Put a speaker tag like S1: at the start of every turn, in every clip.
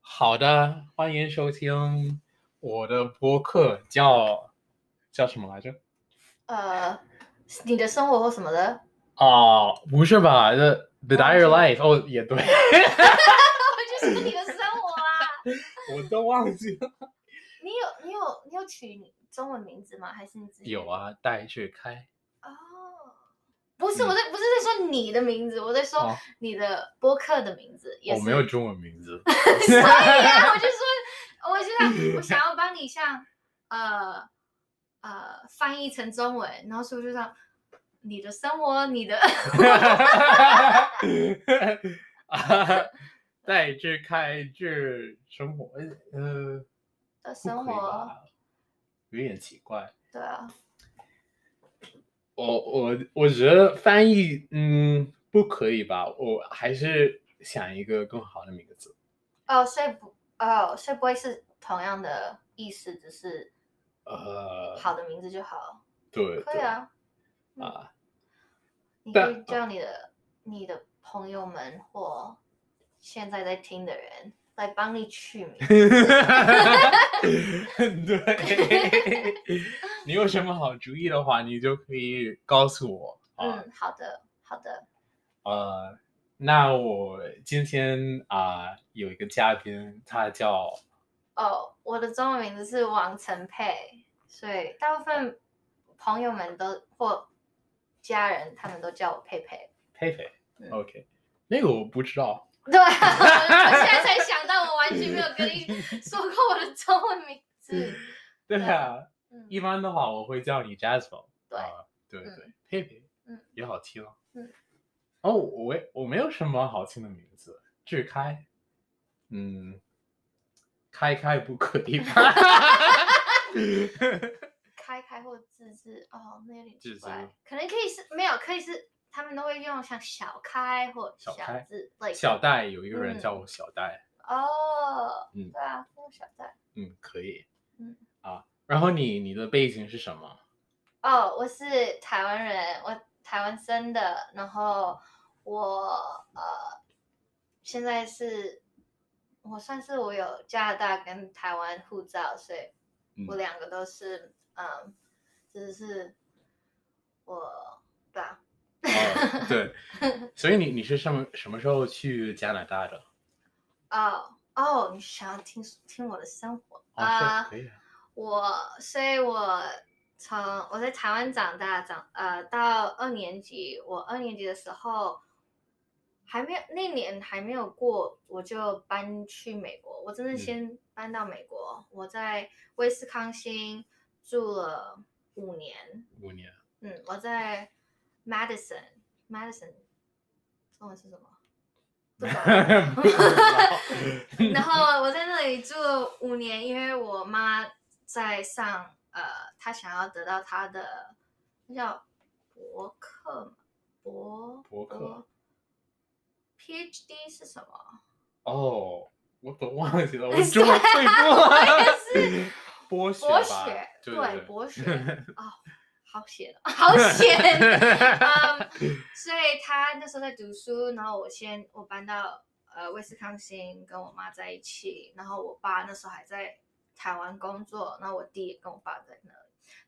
S1: 好的，欢迎收听我的播客，叫叫什么来着？
S2: 呃，你的生活或什么的，
S1: 哦，不是吧？这 The
S2: 忘
S1: Dire
S2: 记了
S1: Life，哦，也对，
S2: 就是你的生活啊。
S1: 我都忘记了。
S2: 你有你有你有取中文名字吗？还是你自 己
S1: 有？啊，戴志开。
S2: 哦，不是，
S1: 嗯
S2: 我在不是在说你的名字，我在说
S1: 哦，
S2: 你的播客的名字。也
S1: 我
S2: 是
S1: 没有中文名 字。
S2: 所以啊，我就说，我就想，我想要帮你像呃呃翻译成中文，然后说就像你的生活，你 的
S1: 啊，戴志开志生活，呃，
S2: 的
S1: 不
S2: 生
S1: 可以
S2: 活，
S1: 吧有点奇怪。
S2: 对啊，
S1: 我我我觉得翻译，嗯，不可以吧？我还是想一个更好的名字。
S2: 哦，所以不哦，所以不会是同样的意思，只是
S1: 呃，
S2: 好的名字就好了。
S1: 对，啊
S2: 可
S1: 对
S2: 以啊，
S1: 啊，
S2: 你可
S1: 但。
S2: 以叫你的你的朋友们或现在在听的人来帮你取名
S1: 对， 你有什么好主意的话，你就可以告诉我啊。
S2: 嗯，好的，好的，
S1: 呃，那我今天啊、有一个嘉宾，他叫
S2: 哦，我的中文名字是王晨佩，所以大部分朋友们都或家人他们都叫我佩佩。
S1: 佩佩。
S2: 嗯
S1: OK，那个我不知道。
S2: 对 啊，我我现在才想到，我完全没有跟你说过我的中文名字。
S1: 对
S2: 对
S1: 啊，
S2: 嗯，
S1: 一般的话我会叫你 Jasper。
S2: 对，
S1: 啊，对
S2: 嗯
S1: 对，佩佩，
S2: 嗯，
S1: 也好听。啊
S2: 嗯，
S1: 哦，我也我没有什么好听的名字，志开，嗯，开开不可以吧？
S2: 开开或自制哦，那有点
S1: 自制
S2: 奇怪，可能可以是没有，可以是他们都会用像小开或
S1: 小开
S2: 字类似
S1: 小戴有一个人
S2: 嗯
S1: 叫我小戴，
S2: 哦，
S1: 嗯
S2: 对啊，那个小袋
S1: 嗯可以，
S2: 嗯
S1: 啊，然后你你的背景是什么？
S2: 哦，我是台湾人，我台湾生的，然后我呃现在是我算是我有加拿大跟台湾护照，所以我
S1: 嗯
S2: 两个都是嗯，只是我对啊，
S1: 哦，对， 所以你你是什么什么时候去加拿大的？
S2: 哦哦，你想要听听我的生活
S1: 哦，
S2: 啊？
S1: 是可以啊，
S2: 我，所以我从我在台湾长大，长呃到二年级，我二年级的时候还没有那年还没有过，我就搬去美国。我真的
S1: 嗯
S2: 先搬到美国，我在威斯康星住了五年。
S1: 五年，
S2: 嗯，我在 Madison，Madison，中文是什么？ 不懂。
S1: 不知道
S2: 然后我在那里住了五年，因为我妈在上呃，她想要得到她的那叫博客嘛博
S1: 博客
S2: PhD 是什么？
S1: 哦，我都忘 记了，我
S2: 对
S1: 中文退步了。
S2: 我也是
S1: 博学
S2: 博
S1: 吧
S2: 学，
S1: 对
S2: 博学 啊、好险，好险！嗯，所以他那时候在读书，然后我先我搬到呃威斯康星跟我妈在一起，然后我爸那时候还在台湾工作，然后我弟也跟我爸在那里，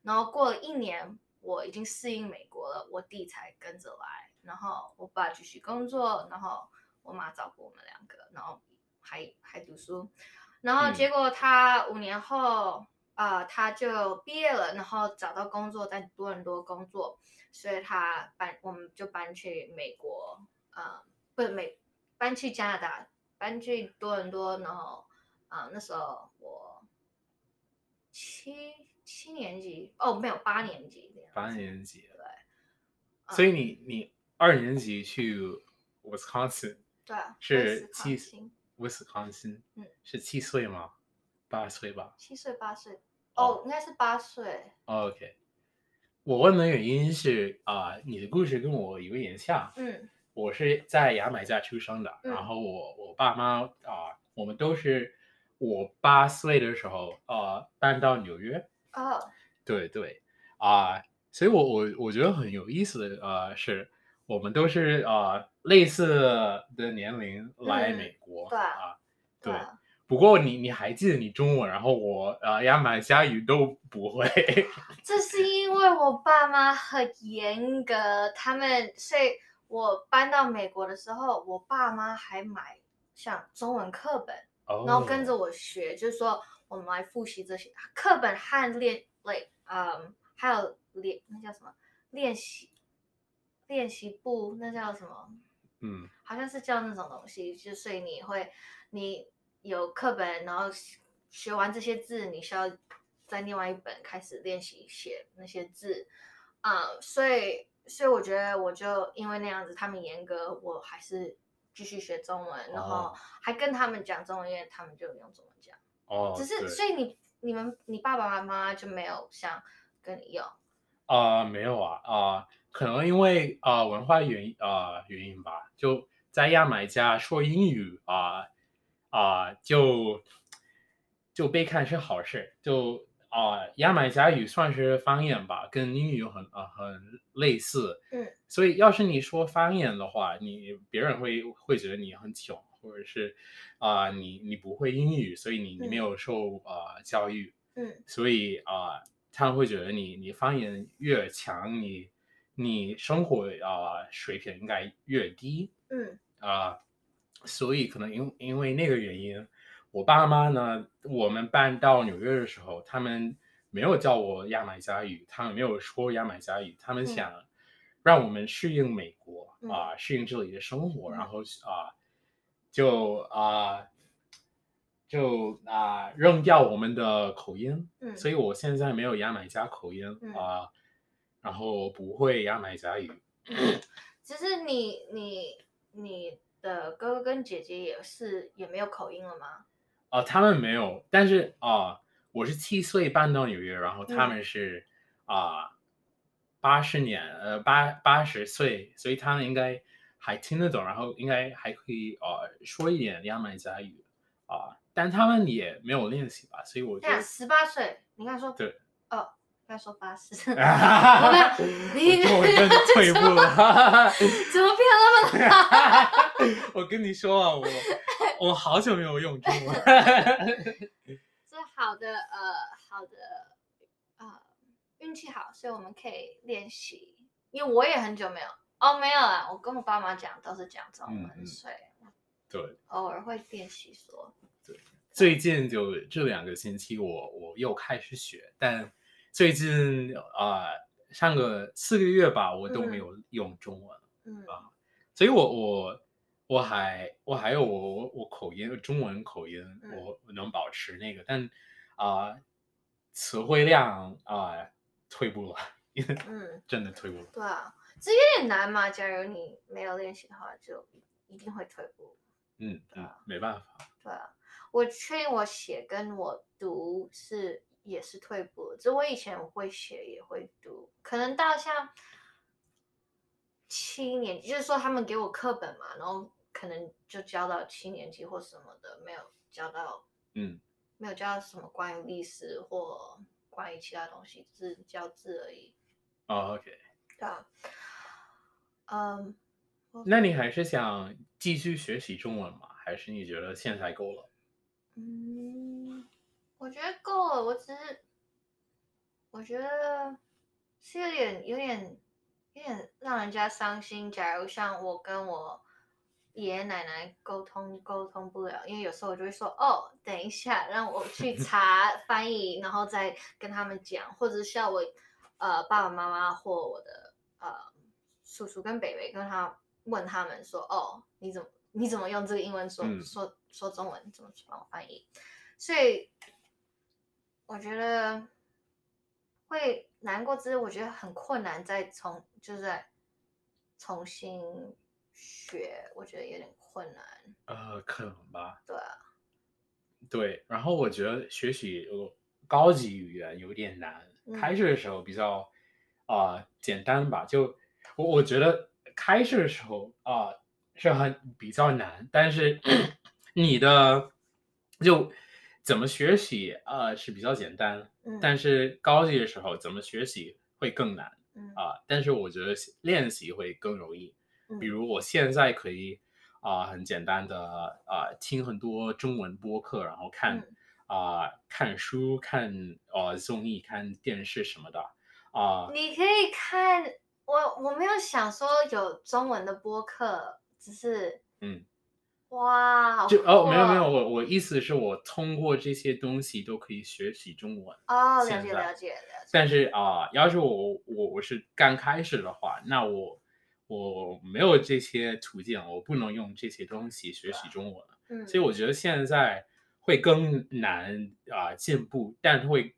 S2: 然后过了一年，我已经适应美国了，我弟才跟着来，然后我爸继续工作，然后我妈照顾我们两个，然后还还读书，然后
S1: 嗯
S2: 结果他五年后。呃，他就毕业了，然后找到工作，在多伦多工作，所以他搬，我们就搬去美国，呃，不是美，搬去加拿大，搬去多伦多，然后，啊、那时候我七七年级，哦，没有八年级这样子，
S1: 八年级，
S2: 嗯
S1: 所以你你二年级去 Wisconsin
S2: 对啊，
S1: 是
S2: 七
S1: 七威斯康辛，
S2: 嗯，
S1: 是七岁吗？八岁吧
S2: 七岁八岁，
S1: 哦
S2: 哦，应该是八岁，
S1: 哦？OK，我问的原因是啊、你的故事跟我有一点像，
S2: 嗯
S1: 我是在牙买加出生的，
S2: 嗯
S1: 然后我我爸妈啊、我们都是我八岁的时候啊、搬到纽约，
S2: 哦，
S1: 对对啊、所以我我我觉得很有意思的呃是，我们都是呃类似的年龄来
S2: 嗯
S1: 美国、
S2: 对
S1: 啊，对
S2: 啊
S1: 不过你你还记得你中文，然后我呃牙买加语都不会，
S2: 这是因为我爸妈很严格，他们所以我搬到美国的时候，我爸妈还买像中文课本，然后跟着
S1: 我
S2: 我学，就是说我们来复习这些课本和练，like 嗯，还有练那叫什么练习练习簿，那叫什么？
S1: 嗯
S2: 好像是叫那种东西，就所以你会，你有课本，然后学学完这些字，你需要在另外一本开始练习写那些字，啊、所以所以我觉得我就因为那样子，他们严格，我还是继续学中文，然后
S1: 哦
S2: 还跟他们讲中文，因为他们就用中文讲，
S1: 哦，
S2: 只是
S1: 对
S2: 所以你你们你爸爸妈妈就没有像跟你用，
S1: 啊、没有啊，啊、可能因为啊、文化原因啊、原因吧，就在牙买加说英语啊啊、就就被看是好事，就啊、牙买加语算是方言吧，跟英语很啊、很类似，
S2: 嗯，
S1: 所以要是你说方言的话，你别人会会觉得你很穷，或者是啊、你你不会英语，所以你你没
S2: 嗯
S1: 有受啊、教育，
S2: 嗯
S1: 所以啊、他们会觉得你你方言越强，你你生活啊、水平应该越低
S2: 嗯
S1: 啊、所以可能因因为那个原因，我爸妈呢，我们搬到纽约的时候，他们没有教我牙买加语，他们没有说牙买加语，他们
S2: 嗯
S1: 想让我们适应美国
S2: 嗯
S1: 啊、适应这里的生活，然
S2: 嗯
S1: 后啊、就啊。就啊、扔掉我们的口音，
S2: 嗯，
S1: 所以我现在没有牙买加口音啊、
S2: 嗯
S1: 然后不会牙买加语。
S2: 只是你你你的哥哥跟姐姐也是也没有口音了吗？
S1: 啊、他们没有，但是啊、我是七岁搬到纽约，然后他
S2: 嗯
S1: 们是啊八十年呃八八十岁，所以他们应该还听得懂，然后应该还可以啊、说一点牙买加语啊、但他们也没有练习吧，所以我觉
S2: 对啊，
S1: 得
S2: 十八岁，你刚才说
S1: 对，
S2: 哦，刚才说 八十，
S1: 啊
S2: 我们 你
S1: 我真的退步了。
S2: 怎么变了？
S1: 我跟你说啊，我我好久没有用中文。
S2: 这好的呃好的呃运气好，所以我们可以练习，因为我也很久没有哦没有啦，我跟我爸妈讲都是讲中文，
S1: 嗯嗯
S2: 所以
S1: 对，
S2: 偶尔会练习说，
S1: 最近就这两个星期我，我又开始学，但最近啊、上个四个月吧，我都没
S2: 嗯
S1: 有用中文，
S2: 嗯
S1: 啊所以我我我还我还有我我我口音中文口音，
S2: 嗯
S1: 我能保持那个，但啊、词汇量啊、退步了，
S2: 嗯。
S1: 真的退步了。
S2: 对啊，这有点难嘛。假如你没有练习的话，就一定会退步。
S1: 嗯嗯，没办法。
S2: 对啊，我确定我写跟我读是也是退步的，就我以前我会写也会读，可能到像七年级，就是说他们给我课本嘛，然后可能就教到七年级或什么的，没有教到
S1: 嗯
S2: 没有教到什么关于历史或关于其他东西，只是教字而已。
S1: 哦，OK。
S2: 对啊，嗯。
S1: 那你还是想继续学习中文吗？还是你觉得现在够了？
S2: 嗯，我觉得够了。我只是，我觉得是有点、有点、有点让人家伤心。假如像我跟我爷爷奶奶沟通沟通不了，因为有时候我就会说：“哦，等一下，让我去查翻译，然后再跟他们讲。”或者需要我呃爸爸妈妈或我的呃叔叔跟北北跟他问他们说：“哦，你怎么你怎么用这个英文说、
S1: 嗯
S2: 说说中文？怎么去帮我翻译？”所以我觉得会难过，只是我觉得很困难，再重就是在重新学，我觉得有点困难。
S1: 呃，可能吧。
S2: 对啊，
S1: 对，然后我觉得学习呃高级语言有点难，开
S2: 嗯
S1: 始的时候比较啊、简单吧。就我我觉得开始的时候啊、是很比较难，但是你的就怎么学习啊、是比较简单，
S2: 嗯，
S1: 但是高级的时候怎么学习会更难。
S2: 嗯
S1: 啊啊、但是我觉得练习会更容易。
S2: 嗯
S1: 比如我现在可以啊、啊、很简单的啊、听很多中文播客，然后看
S2: 嗯
S1: 啊、看书、看呃综艺、看电视什么的啊、
S2: 你可以看我，我没有想说有中文的播客，只是
S1: 嗯，
S2: 哇，好
S1: 就哦，
S2: 酷
S1: 没有没有，我我意思是我通过这些东西都可以学习中文。
S2: 哦，了
S1: 现
S2: 解
S1: 在
S2: 了解了解，
S1: 但是啊、要是我我我是刚开始的话，那我我没有这些途径，我不能用这些东西学习中文。
S2: 嗯，
S1: 所以我觉得现在会更难啊、进步，但会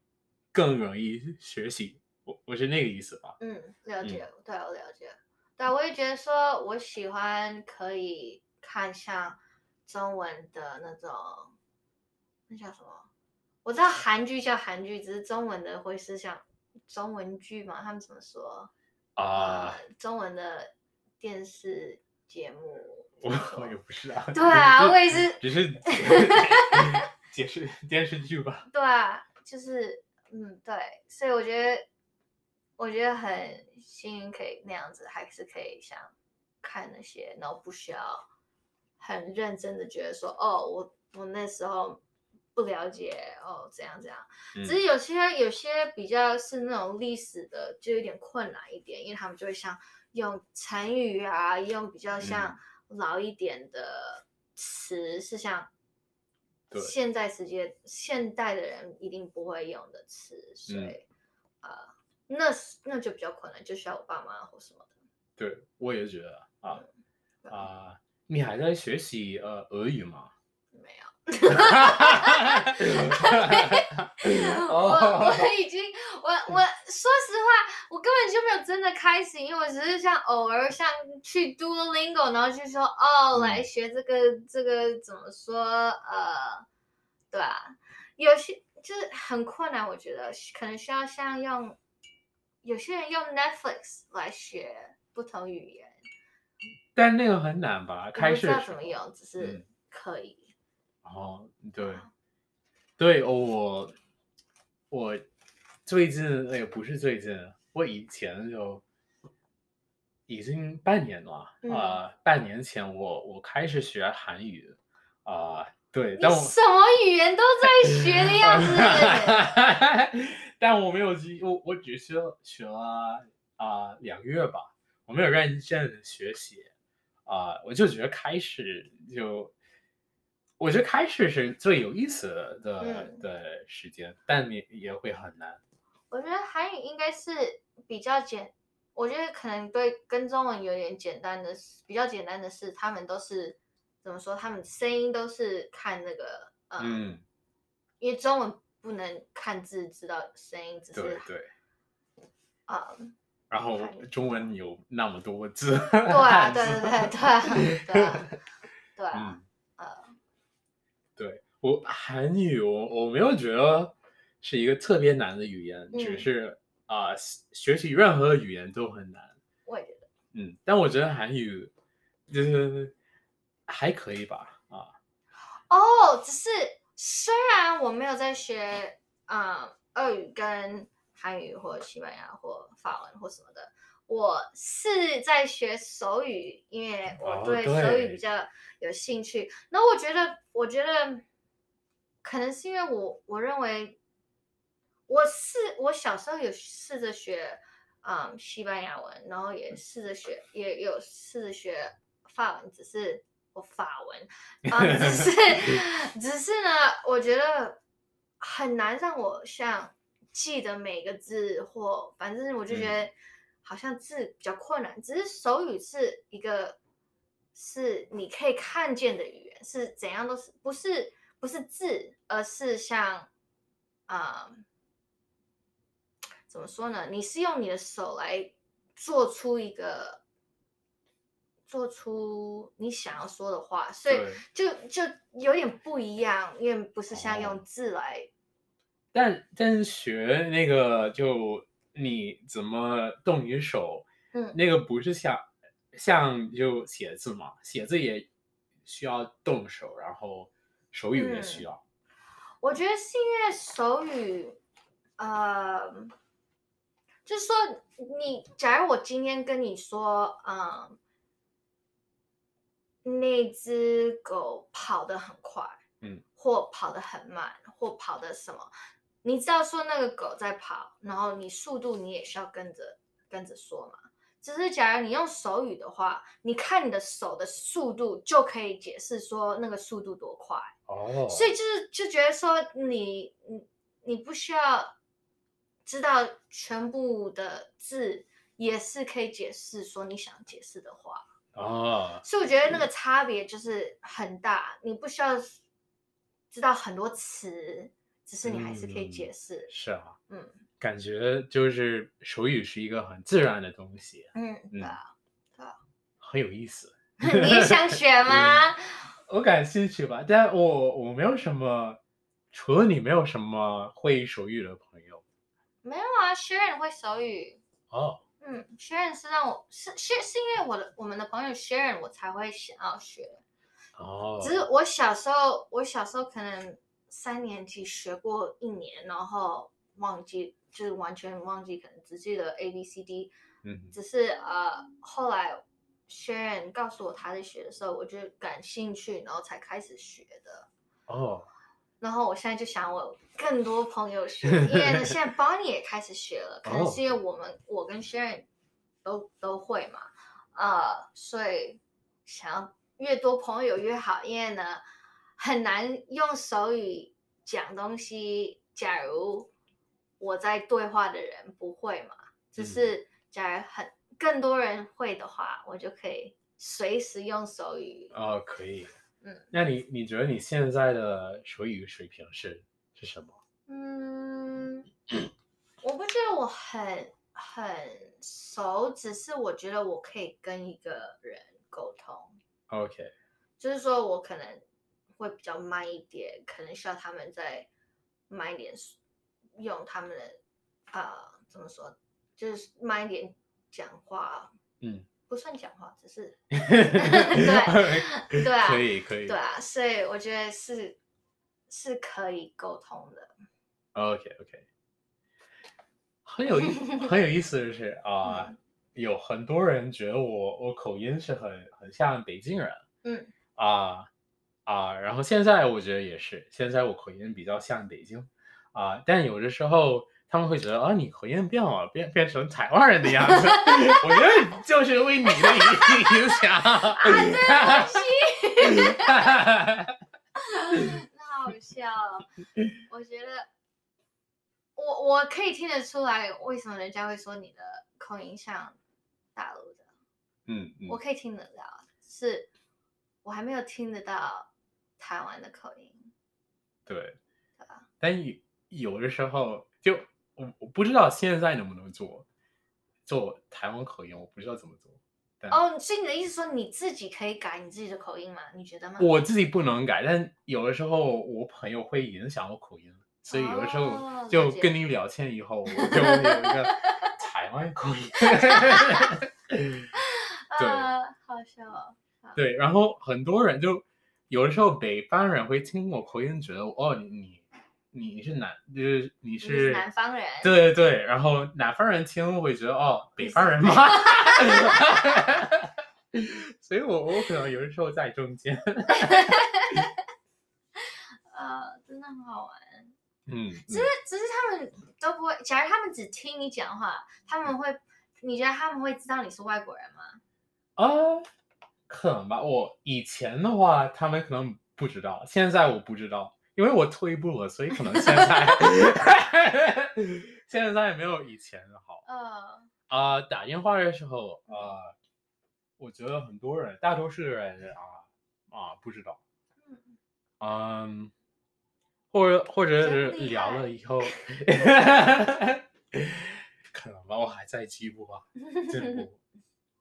S1: 更容易学习。我我是那个意思吧？
S2: 嗯，了
S1: 嗯
S2: 解，对，我了解。对，我也觉得说，我喜欢可以看像中文的那种，那叫什么？我知道韩剧叫韩剧，只是中文的会是像中文剧嘛？他们怎么说？
S1: 啊、
S2: 呃，中文的电视节目
S1: 我
S2: 怎么
S1: 我
S2: 说
S1: 也不知道。
S2: 对啊，我
S1: 只
S2: 也是，
S1: 是 只是解释电视剧吧。
S2: 对啊，就是，嗯，对，所以我觉得，我觉得很幸运，可以那样子，还是可以想看那些，然后不需要很认真的觉得说，哦，我我那时候不了解，哦，怎样怎样。
S1: 嗯
S2: 只是有些有些比较是那种历史的，就有点困难一点，因为他们就会像用成语啊，用比较像老一点的词，是像
S1: 对
S2: 现在时间现代的人一定不会用的词，所
S1: 嗯
S2: 以啊、呃那是那就比较困难，就需要我爸妈或什么的。
S1: 对，我也觉得啊
S2: 对
S1: 啊、你还在学习呃俄语吗？
S2: 没有。 我
S1: 哦
S2: 我已经我我说实话，我根本就没有真的开始，因为我只是像偶尔像去 Duolingo，然后就说哦
S1: 嗯
S2: 来学这个这个怎么说呃，对啊，有些就是很困难，我觉得可能需要像用有些人用 Netflix 来学不同语言，
S1: 但那个很难吧？
S2: 我
S1: 开
S2: 不
S1: 始
S2: 知
S1: 的
S2: 道
S1: 时
S2: 怎么
S1: 候
S2: 用，只
S1: 嗯
S2: 是可以。
S1: 哦，对，对，哦我我最近也不是最近，我以前就已经半年了啊、
S2: 嗯
S1: 呃半年前我我开始学韩语啊、对，
S2: 你
S1: 但我
S2: 什么语言都在学的样子，
S1: 子。但我没有去，我我只是学了啊、两个月吧，我没有认真学习啊、我就觉得开始就，我觉得开始是最有意思的、
S2: 嗯
S1: 的时间，但你也会很难。
S2: 我觉得韩语应该是比较简，我觉得可能对跟中文有点简单的是，比较简单的是，他们都是怎么说？他们声音都是看那个，呃，
S1: 嗯，
S2: 因为中文不能看字知道声音，只
S1: 对
S2: 是
S1: 对。
S2: 啊、
S1: 然后
S2: 韩语
S1: 中文有那么多字，
S2: 对啊，
S1: 汉
S2: 对
S1: 字
S2: 对对对啊对 啊，对啊，
S1: 嗯，
S2: 呃，
S1: 对我韩语，我我没有觉得是一个特别难的语言，只
S2: 嗯
S1: 是啊、学学习任何语言都很难。
S2: 我也觉得
S1: 嗯，但我觉得韩语就是还可以吧，啊，
S2: 哦，只是虽然我没有在学啊、呃、俄语跟韩语或西班牙或法文或什么的，我是在学手语，因为
S1: 哦
S2: 我对手语
S1: 对
S2: 比较有兴趣。那、我觉得，我觉得可能是因为我我认为我是我小时候有试着学嗯西班牙文，然后也试着学，也有试着学法文，只是我法文 啊、只是只是呢，我觉得很难让我像记得每个字或反正我就觉
S1: 嗯
S2: 得好像字比较困难，只是手语是一个是你可以看见的语言，是怎样都是不是不是字，而是像啊、怎么说呢？你是用你的手来做出一个。做出你想要说的话，所以
S1: 对
S2: 就就有点不一样，因为不是像
S1: 哦
S2: 用字来
S1: 但但是学那个就你怎么动你手，
S2: 嗯
S1: 那个不是像像就写字嘛，写字也需要动手，然后手语也需
S2: 嗯
S1: 要，
S2: 我觉得是因为手语，呃，就是说你，假如我今天跟你说，嗯、呃那只狗跑得很快，
S1: 嗯，
S2: 或跑得很慢，或跑得什么，你知道说那个狗在跑，然后你速度你也是要跟着跟着说嘛。只是假如你用手语的话，你看你的手的速度就可以解释说那个速度多快。
S1: 哦，
S2: 所以就是就觉得说你你你不需要知道全部的字，也是可以解释说你想解释的话。
S1: 哦，
S2: 所以我觉得那个差别就是很大，你不需要知道很多词，只是你还是可
S1: 嗯
S2: 以解释。
S1: 是啊，
S2: 嗯，
S1: 感觉就是手语是一个很自然的东西，
S2: 嗯，
S1: 嗯
S2: 对啊，
S1: 很有意思。 嗯
S2: 你也想 学吗？
S1: 我感兴趣吧，但我我没有什么，除了你没有什么会手语的朋友
S2: 没有啊，学人会手语。
S1: 哦。
S2: 嗯，学人是让我是是是因为我的我们的朋友学人，我才会想要学。
S1: 哦，
S2: 只是我小时候，我小时候可能三年级学过一年，然后忘记，就是完全忘记，可能只记得 A B C D。
S1: 嗯
S2: 只是呃，后来学人告诉我他在学的时候，我就感兴趣，然后才开始学的。
S1: 哦，
S2: 然后我现在就想，我有更多朋友 学，因为现在 Bonnie 也开始学了，可能
S1: 哦
S2: 是因为我们我跟 Sharon 都都会嘛，呃，所以想要越多朋友越好，因为呢很难用手语讲东西。假如我在对话的人不会嘛，只
S1: 嗯
S2: 是假如很更多人会的话，我就可以随时用手语。
S1: 哦，可以。
S2: 嗯，
S1: 那你你觉得你现在的手语水平是是什么？
S2: 嗯，我不觉得我很很熟，只是我觉得我可以跟一个人沟通，
S1: OK，
S2: 就是说我可能会比较慢一点，可能需要他们再慢一点，用他们的啊、呃怎么说，就是慢一点讲话，
S1: 嗯，
S2: 不算讲话，只是
S1: 对
S2: 对啊
S1: 可以可以，
S2: 对啊，所以我觉得是是可以沟通的，
S1: OK OK，很有意很有意思的是啊、
S2: 嗯
S1: 有很多人觉得我我口音是很很像北京人，
S2: 嗯
S1: 啊啊、然后现在我觉得也是，现在我口音比较像北京啊、但有的时候他们会觉得啊你口音变了，变变成台湾人的样 子，我觉得就是为你的影影响，嗯
S2: 啊，对不 起。那好笑哦，我觉得我我可以听得出来为什么人家会说你的口音像大陆的，
S1: 嗯嗯
S2: 我可以听得到，是我还没有听得到台湾的口音。
S1: 对
S2: 对啊吧，
S1: 但有有的时候就我我不知道现在能不能做做台湾口音，我不知道怎么做。但
S2: 哦，所以你的意思说你自己可以改你自己的口音吗？你觉得吗？
S1: 我自己不能改，但有的时候我朋友会影响我口音，所以有的时
S2: 哦
S1: 候
S2: 了
S1: 就
S2: 解
S1: 跟你聊天以后，我就有一 个台湾口音。对
S2: 啊，好笑哦。
S1: 对，然后很多人就有的时候北方人会听我口音，觉得哦你你你你是南就是你
S2: 你是
S1: 是
S2: 南方人，
S1: 对对对，然后南方人听会觉得哦，
S2: 你
S1: 北
S2: 是
S1: 方人吗？ 所以我我可能有的时候在中间，
S2: 呃，真的很好玩。
S1: 嗯，
S2: 只是只是他们都不会，假如他们只听你讲话，他
S1: 嗯
S2: 们会，你觉得他们会知道你是外国人吗？
S1: 嗯啊，可能吧。我以前的话，他们可能不知道，现在我不知道，因为我退步了，所以可能现在 现在没有以前好。
S2: 呃，
S1: 啊、打电话的时候啊、
S2: 嗯
S1: 我觉得很多人，大多数的人啊啊不知道，嗯，或者或者
S2: 真
S1: 是
S2: 厉
S1: 聊
S2: 害
S1: 了以 后，可能吧，我还在进步啊，进步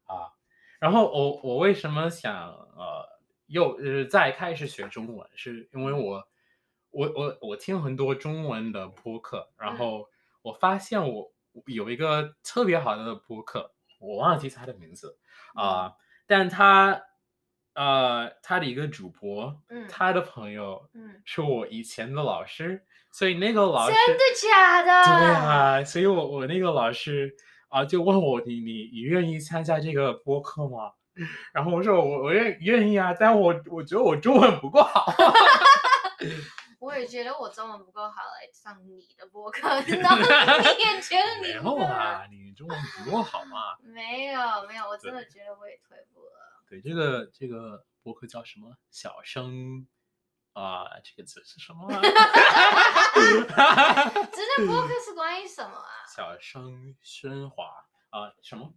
S1: 啊。然后我我为什么想呃又呃再开始学中文，是因为我我我我听很多中文的播客，然
S2: 嗯
S1: 后我发现我我有一个特别好的播客，我忘记他的名字
S2: 嗯
S1: 啊、但他呃他的一个主播，
S2: 嗯
S1: 他的朋友
S2: 嗯，
S1: 是我以前的老师，所以那个老师
S2: 真的假的？
S1: 对啊，所以我我那个老师啊，就问我你你你愿意参加这个播客吗？然后我说我我愿愿意啊，但我我觉得我中文不够好。
S2: 我也觉得我中文不够好来上你的播 客，然后你也觉得
S1: 没
S2: 哎你
S1: 有
S2: 不够好。
S1: 啊，你中文不够好嘛？
S2: 没有没有，我真的觉得我也退步了。
S1: 对，这个这个博客叫什么？小生啊、这个字是什么啊、
S2: 只是播客是关于什么啊？
S1: 小生喧哗啊、什么？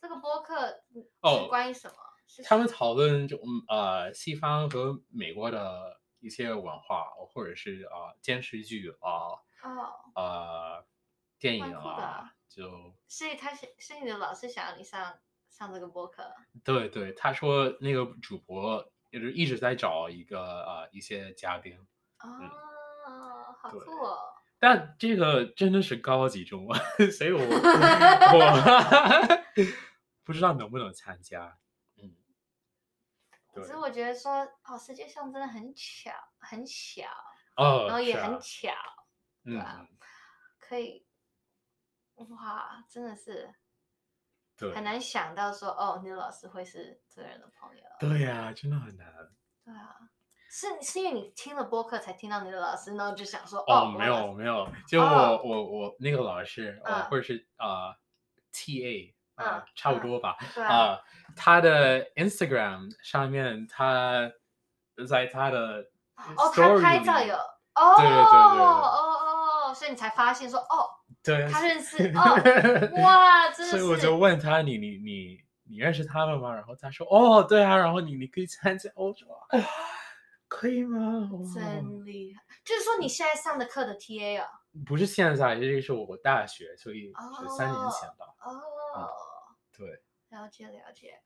S2: 这个播客是
S1: 哦，
S2: 关于什么？是
S1: 他们讨论这种呃西方和美国的一些文化，或者是啊、呃、电视剧啊
S2: 哦，
S1: 啊、呃电
S2: 蛮
S1: 影
S2: 酷的
S1: 啊，就
S2: 所以他是是你的老师想要你上上这个播客，
S1: 对对，他说那个主播就是一直在找一个呃一些嘉宾，
S2: 哦，好
S1: 嗯对
S2: 酷哦。
S1: 但这个真的是高级中文， 所以我 我不知道能不能参加。嗯，
S2: 可
S1: 对
S2: 是，我觉得说，哦，世界上真的很巧，很巧，
S1: 哦，
S2: 然后也
S1: 是
S2: 很
S1: 啊
S2: 巧，啊
S1: 嗯，
S2: 可以，哇，真的是
S1: 对，
S2: 很难想到说，哦，你的老师会是这个人的朋友。
S1: 对呀、真的很难。
S2: 对啊，是是因为你听了播客才听到你的老师，然后就想说，
S1: 哦，
S2: 我
S1: 没
S2: 老
S1: 有
S2: 师，
S1: 没有，就我、
S2: 哦
S1: 我我那个老师，呃，
S2: 嗯
S1: 或者是呃 T A 啊、
S2: 嗯
S1: 差不
S2: 嗯
S1: 多吧
S2: 对
S1: 啊、
S2: 啊，
S1: 他的 Instagram 上面他在他的
S2: 哦，他
S1: story
S2: 拍
S1: 里
S2: 照有，
S1: 面
S2: 哦，
S1: 对对对对
S2: 哦哦，所以你才发现说，哦，
S1: 对
S2: 他认识，哦，哇，真
S1: 所
S2: 的
S1: 以我
S2: 是
S1: 就，问他，你你你你认识他们吗？然后他说，哦，对啊，然后你你可以参加。我说，啊可以吗？哇
S2: 真厉害，就是说你现在上的课的 TA 哦，
S1: 不是现在，这个是我大学，所以是三年前吧。
S2: 哦，
S1: 对，
S2: 了解了解，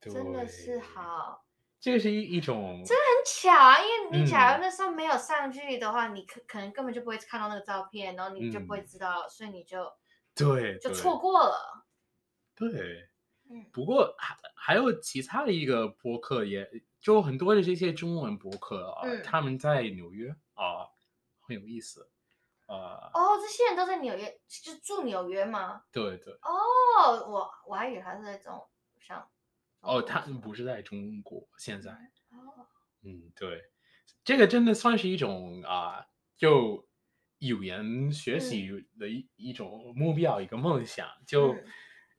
S2: 真的是
S1: 对。
S2: 好，
S1: 这个是一一种，
S2: 很巧啊，因为你假如
S1: 嗯
S2: 那时候没有上去的话，你可可能根本就不会看到那个照片，然后你就不会
S1: 嗯
S2: 知道，所以你就
S1: 对，
S2: 就
S1: 对
S2: 错过了，
S1: 对。
S2: 嗯。
S1: 不过还还有其他的一个播客也，就很多的这些中文播客啊，
S2: 嗯
S1: 他们在纽约啊，很有意思啊。
S2: 哦，这些人都在纽约，就住纽约吗？
S1: 对对。
S2: 哦，我我还以为他是在中上。
S1: 哦，他
S2: 中国
S1: 不是在中国现在，
S2: 哦，
S1: 嗯，对，这个真的算是一种啊、就语言学习的一、一种目标，一个梦想。就
S2: 嗯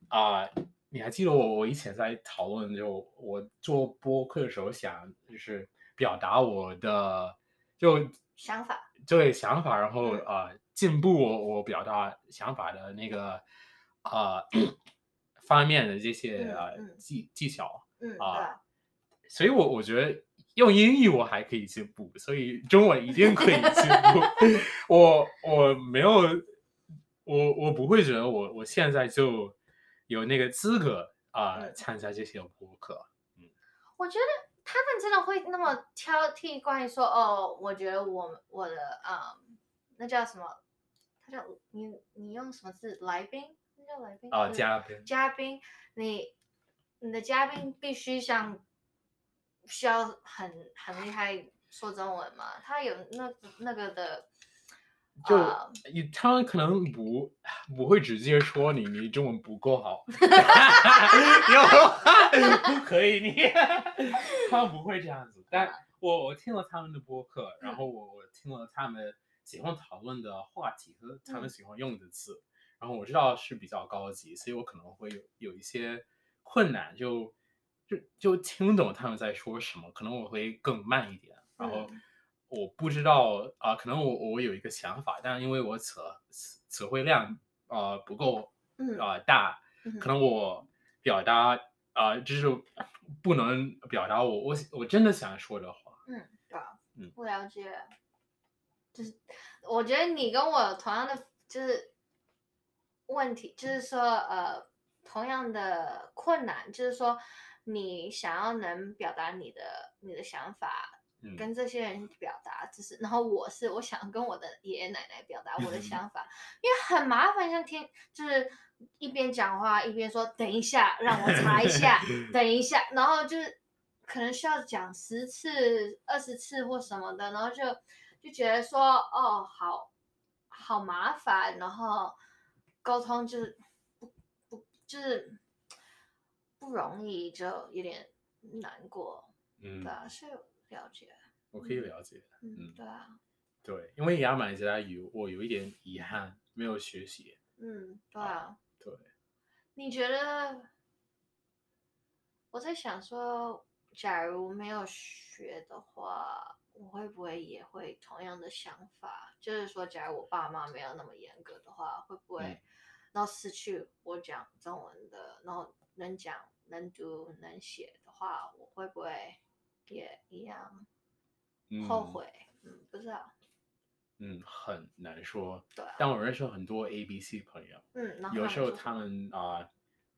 S1: 啊、你还记得我我以前在讨论，就我做播客的时候想，就是表达我的就
S2: 想法
S1: 对想法，然后
S2: 嗯
S1: 啊、进步我我表达想法的那个啊、 方面的这些
S2: 嗯
S1: 啊、
S2: 嗯
S1: 技技巧。
S2: 嗯，对
S1: 啊
S2: 啊，
S1: 所以我我觉得用英语我还可以进步，所以中文一定可以进步。 我我没有，我我不会觉得我我现在就有那个资格啊、
S2: 嗯
S1: 参加这些播客。
S2: 我觉得他们真的会那么挑剔，关于说哦，我觉得我们我的嗯，那叫什么？他叫你你用什么字？来宾？那叫来宾
S1: 啊、
S2: 就是
S1: 嘉宾，
S2: 嘉宾，你你的嘉宾必须像需要很很厉害说中文嘛？他有那那个的，
S1: 就
S2: 呃
S1: 你他们可能不不会直接说你你中文不够 好，有不可以 你，他们不会这样子。但我我听了他们的播客，然
S2: 啊嗯
S1: 后我我听了他们喜欢讨论的话题和他们
S2: 嗯
S1: 喜欢用的词，然后我知道是比较高级，所以我可能会有有一些困难，就就就听懂他们在说什么，可能我会更慢一点，然后。
S2: 嗯
S1: 我不知道啊、可能我我有一个想法，但因为我词词词汇量啊不够
S2: 嗯
S1: 啊大，
S2: 嗯
S1: 可能我表达啊、就是不能表达我我我真的想说的话。
S2: 嗯，对啊，
S1: 嗯
S2: 我了解。就是我觉得你跟我有同样的就是问题，就是说呃同样的困难，就是说你想要能表达你的你的想法，
S1: 嗯，
S2: 跟这些人表达，就是然后我是我想跟我的爷爷奶奶表达我的
S1: 嗯
S2: 想法，因为很麻烦，像天就是一边讲话一边说等一下让我查一下，等一下，然后就是可能需要讲十次、二十次或什么的，然后就就觉得说哦，好好麻烦，然后沟通就是不不就是不容易，就有点难过。
S1: 嗯
S2: 对，啊，是了解。
S1: 我可以了解。嗯
S2: 嗯，对啊，
S1: 对，因为牙买加语我有一点遗憾，没有学习。
S2: 嗯，对
S1: 啊
S2: 啊。
S1: 对，
S2: 你觉得？我在想说，假如没有学的话，我会不会也会同样的想法？就是说，假如我爸妈没有那么严格的话，会不会
S1: 嗯
S2: 然后失去我讲中文的，然后能讲、能读、能写的话，我会不会也一样
S1: 嗯
S2: 后悔？嗯，不知道。
S1: 嗯，很难说。
S2: 对啊，
S1: 但我认识很多 A、B、C 朋友，
S2: 嗯，然后
S1: 有
S2: 们
S1: 时候
S2: 就
S1: 他们啊、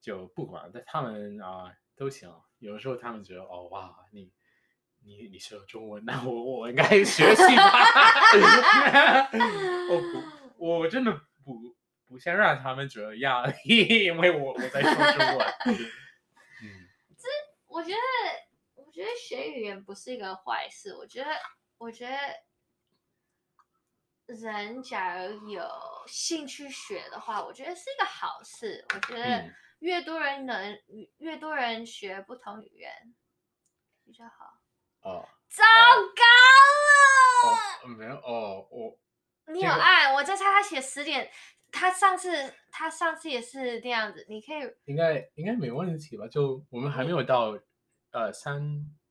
S1: 就不管，但他们啊、都行。有时候他们觉得哦哇，你你你学了中文， 那我我应该学习吧。 我不，我真的不不想让他们觉得压力， 因为我我在说中 文。嗯
S2: 我觉得，我觉得学语言不是一个坏事。我觉得，我觉得人假如有兴趣学的话，我觉得是一个好事。我觉得
S1: 嗯
S2: 越多人能，越多人学不同语言比较好。
S1: 哦
S2: 糟糕了！
S1: 哦没有哦我
S2: 你
S1: 这
S2: 有
S1: 个
S2: 爱，我在猜他写十点。他上次，他上次也是那样子。你可以，
S1: 应该应该没问题吧？就我们还没有到呃三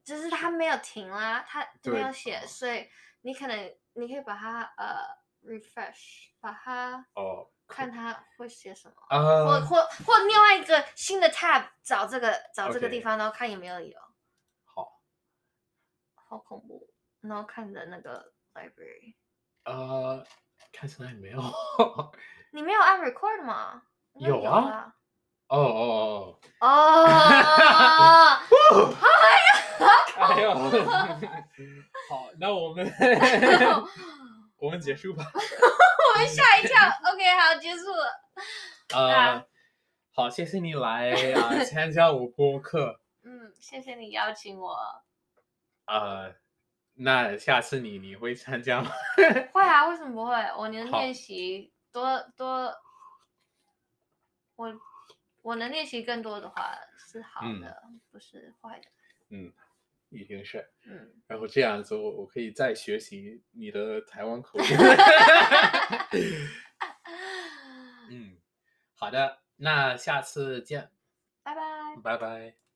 S2: 只是他没有停啦，他没
S1: 对
S2: 有写，
S1: 哦
S2: 所以你可能你可以把它呃 refresh，把它
S1: 哦
S2: 看他会写什么，
S1: 啊
S2: 或或或另外一个新的 tab 找这个找这个地
S1: OK
S2: 方，然后看有没有有，
S1: 好
S2: 好恐怖，然后看你的那个 library，
S1: 呃，看起来没有 哦
S2: 你没有按 record 吗？应该
S1: 有
S2: 有
S1: 啊
S2: 吧
S1: 哦哦哦，
S2: 哦，
S1: 哎呦，好，那我们我们结束吧。
S2: 我们吓一跳。OK，好，结束了。
S1: 呃，好，谢谢你来啊、呃参加我播客。
S2: 嗯，谢谢你邀请我。
S1: 呃，那下次你你会参加吗？
S2: 会啊，为什么不会？我能
S1: 好
S2: 练习多多，我我能练习更多的话是好
S1: 嗯
S2: 的，不是坏的。
S1: 一定嗯是。
S2: 嗯，
S1: 然后这样子我，我可以再学习你的台湾口音。嗯，好的，那下次见，
S2: 拜拜。
S1: 拜拜。